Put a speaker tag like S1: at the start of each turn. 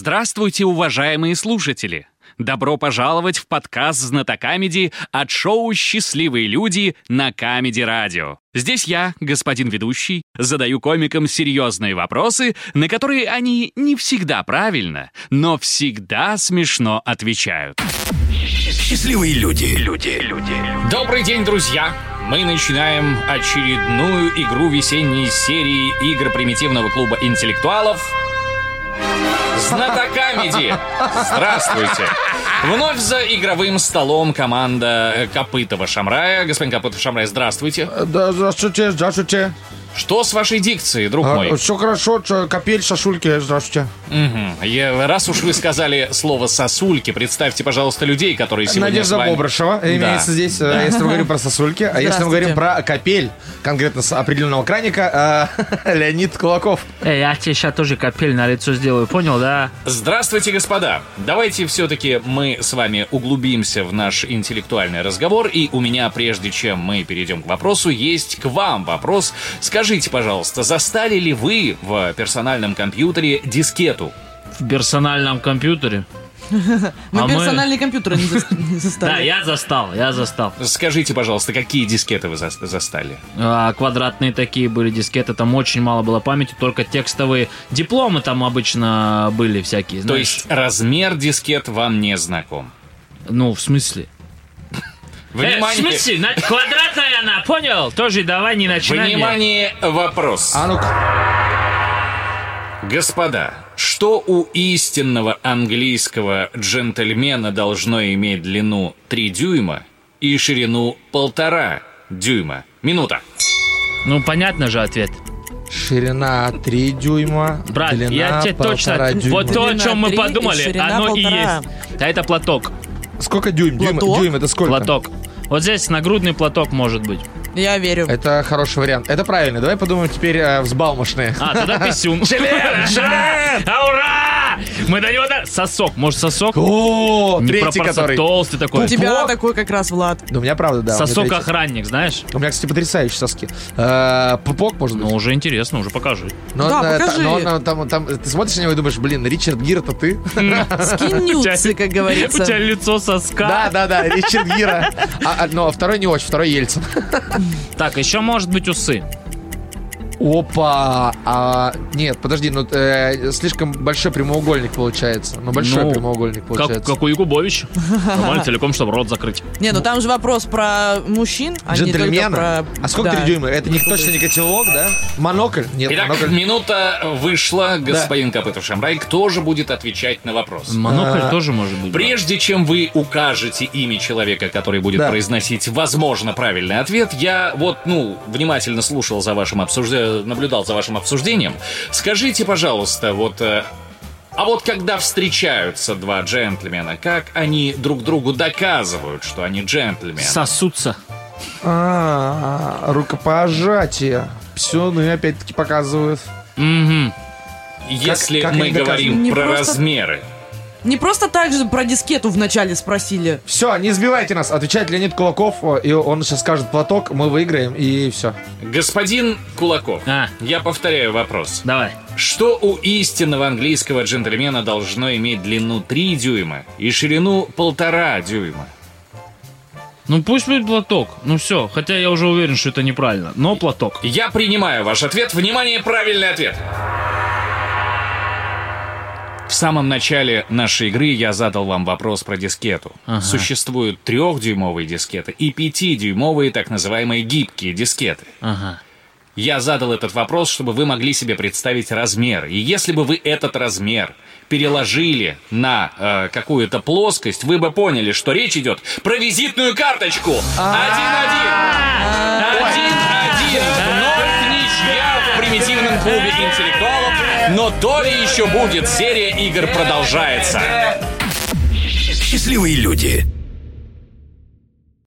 S1: Здравствуйте, уважаемые слушатели! Добро пожаловать в подкаст «Знатокамеди» от шоу «Счастливые люди» на Камеди Радио. Здесь я, господин ведущий, задаю комикам серьезные вопросы, на которые они не всегда правильно, но всегда смешно отвечают.
S2: Счастливые люди. Люди. Люди.
S3: Добрый день, друзья! Мы начинаем очередную игру весенней серии игр примитивного клуба интеллектуалов Знатокамеди! Здравствуйте! Вновь за игровым столом команда Копытова-Шамрая. Господин Копытов-Шамрай, здравствуйте.
S4: Э, Да, здравствуйте, здравствуйте.
S3: Что с вашей дикцией, друг мой?
S4: все хорошо, чё, капель, сосульки, здравствуйте.
S3: Мгм. Я- Раз уж вы сказали слово «сосульки», представьте, пожалуйста, людей, которые сегодня с
S4: Надежда
S3: вами...
S4: Бобрышева имеется здесь, э, если мы говорим про сосульки. А если мы говорим
S5: Здравствуйте.
S4: про капель, конкретно с определенного краника, э, Леонид Кулаков.
S5: Эй, Э, я тебе сейчас тоже капель на лицо сделаю, понял, да?
S3: Здравствуйте, господа! Давайте все-таки мы с вами углубимся в наш интеллектуальный разговор, и у меня, прежде чем мы перейдем к вопросу, есть к вам вопрос. Скажите, пожалуйста, застали ли вы в персональном компьютере дискету?
S6: В персональном компьютере?
S7: Мы
S6: А мы-
S7: персональные компьютеры не зас- не
S6: Да,
S7: заставили.
S6: я застал, я застал.
S3: Скажите, пожалуйста, какие дискеты вы зас- застали?
S6: А, квадратные такие были дискеты, там очень мало было памяти, только текстовые дипломы там обычно были всякие,
S3: То
S6: знаешь.
S3: есть размер дискет вам не знаком.
S6: Ну, в смысле? Э, в
S3: Внимание,
S6: смысле? На- Квадратная она, понял? Тоже давай не начинай. меня.
S3: внимание вопрос.
S4: А ну-ка.
S3: Господа, что у истинного английского джентльмена должно иметь длину 3 дюйма и ширину полтора дюйма? Минута.
S6: Ну, понятно же ответ.
S4: Ширина 3 дюйма,
S6: Брат,
S4: длина
S6: я тебе точно...
S4: полтора дюйма.
S6: Вот то, о
S7: Длина
S6: чем мы
S7: три и
S6: подумали,
S7: ширина
S6: оно и
S7: полтора.
S6: есть. А это платок,
S4: Сколько дюйм? Дюйм,
S7: Платок?
S4: дюйм это сколько?
S6: платок. Вот здесь нагрудный платок может быть.
S7: Я верю.
S4: Это хороший вариант. Это правильно. Давай подумаем теперь э, взбалмошные.
S6: А, тогда писюн. Жилет! А, Ура! Мы до него... до- Сосок. Может, сосок?
S4: О,
S6: Не
S4: третий
S6: пропорци-
S4: который.
S6: Толстый такой.
S7: У тебя
S4: плохо.
S7: такой как раз, Влад.
S4: Да у меня правда, да. у меня третий.
S6: Сосок-охранник, знаешь?
S4: У меня, кстати, потрясающие соски. Э, Пупок, может быть?
S6: Ну, уже интересно, уже покажи.
S4: Но,
S7: Да,
S4: на- та-
S7: покажи.
S4: но на- там, там, ты смотришь на него и думаешь, блин, Ричард Гир, это ты?
S7: Скинь нюцы, как
S6: У тебя
S7: говорится.
S6: лицо соска.
S4: Да, да, да, Ричард Гира. А, а, Но второй не очень, второй Ельцин.
S6: Так, еще может быть усы.
S4: Опа! А, нет, подожди, ну э, слишком большой прямоугольник получается. Ну, большой
S6: Ну,
S4: прямоугольник
S6: Как,
S4: получается.
S6: как у Якубовича. Нормально, целиком, чтобы рот закрыть.
S7: Не, ну там же вопрос про мужчин, а не только
S4: Джентльмена?
S7: про...
S4: А сколько
S7: Да.
S4: три дюйма? Это не точно не котелок, да? Монокль? Нет,
S3: Итак,
S4: монокль.
S3: минута вышла, господин Копытов Шамрай. Кто же будет отвечать на вопрос?
S6: Монокль
S4: А.
S6: тоже может быть.
S3: Прежде чем вы укажете имя человека, который будет
S4: Да.
S3: произносить, возможно, правильный ответ, я вот, ну, внимательно слушал за вашим обсуждением, наблюдал за вашим обсуждением. Скажите, пожалуйста, вот... э, а вот когда встречаются два джентльмена, как они друг другу доказывают, что они джентльмены?
S6: Сосутся.
S4: А, рукопожатие. Все, ну и опять-таки показывают.
S6: Мгм.
S3: Если
S4: как
S3: мы
S4: они доказывают?
S3: говорим
S7: Не
S3: про
S7: просто-
S3: размеры.
S7: Не просто так же про дискету вначале спросили.
S4: Все, не сбивайте нас, отвечает Леонид Кулаков, э, и он сейчас скажет платок, мы выиграем, и все.
S3: Господин Кулаков,
S6: А.
S3: я повторяю вопрос.
S6: Давай.
S3: Что у истинного английского джентльмена должно иметь длину 3 дюйма и ширину полтора дюйма?
S6: Ну, пусть будет платок. Ну, все. Хотя я уже уверен, что это неправильно. Но платок.
S3: Я принимаю ваш ответ. Внимание, правильный ответ. В самом начале нашей игры я задал вам вопрос про дискету. Существуют трехдюймовые дискеты и пятидюймовые так называемые гибкие дискеты.
S6: Ага.
S3: Я задал этот вопрос, чтобы вы могли себе представить размер. И если бы вы этот размер переложили на э, какую-то плоскость, вы бы поняли, что речь идет про визитную карточку. Один-один. Один-один. Вновь ничья в примитивном клубе интеллектуалов. Но то ли еще будет. Серия игр продолжается.
S2: Счастливые люди.